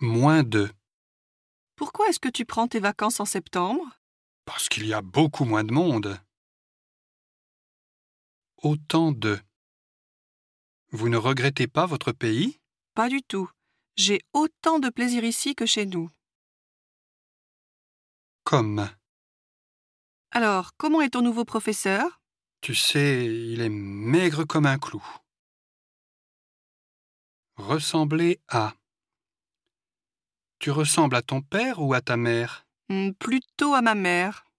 Moins de. Pourquoi est-ce que tu prends tes vacances en septembre Parce qu'il y a beaucoup moins de monde. Autant de. Vous ne regrettez pas votre pays Pas du tout. J'ai autant de plaisir ici que chez nous. Comme. Alors, comment est ton nouveau professeur Tu sais, il est maigre comme un clou. Ressembler à. Tu ressembles à ton père ou à ta mère Hmm, Plutôt à ma mère.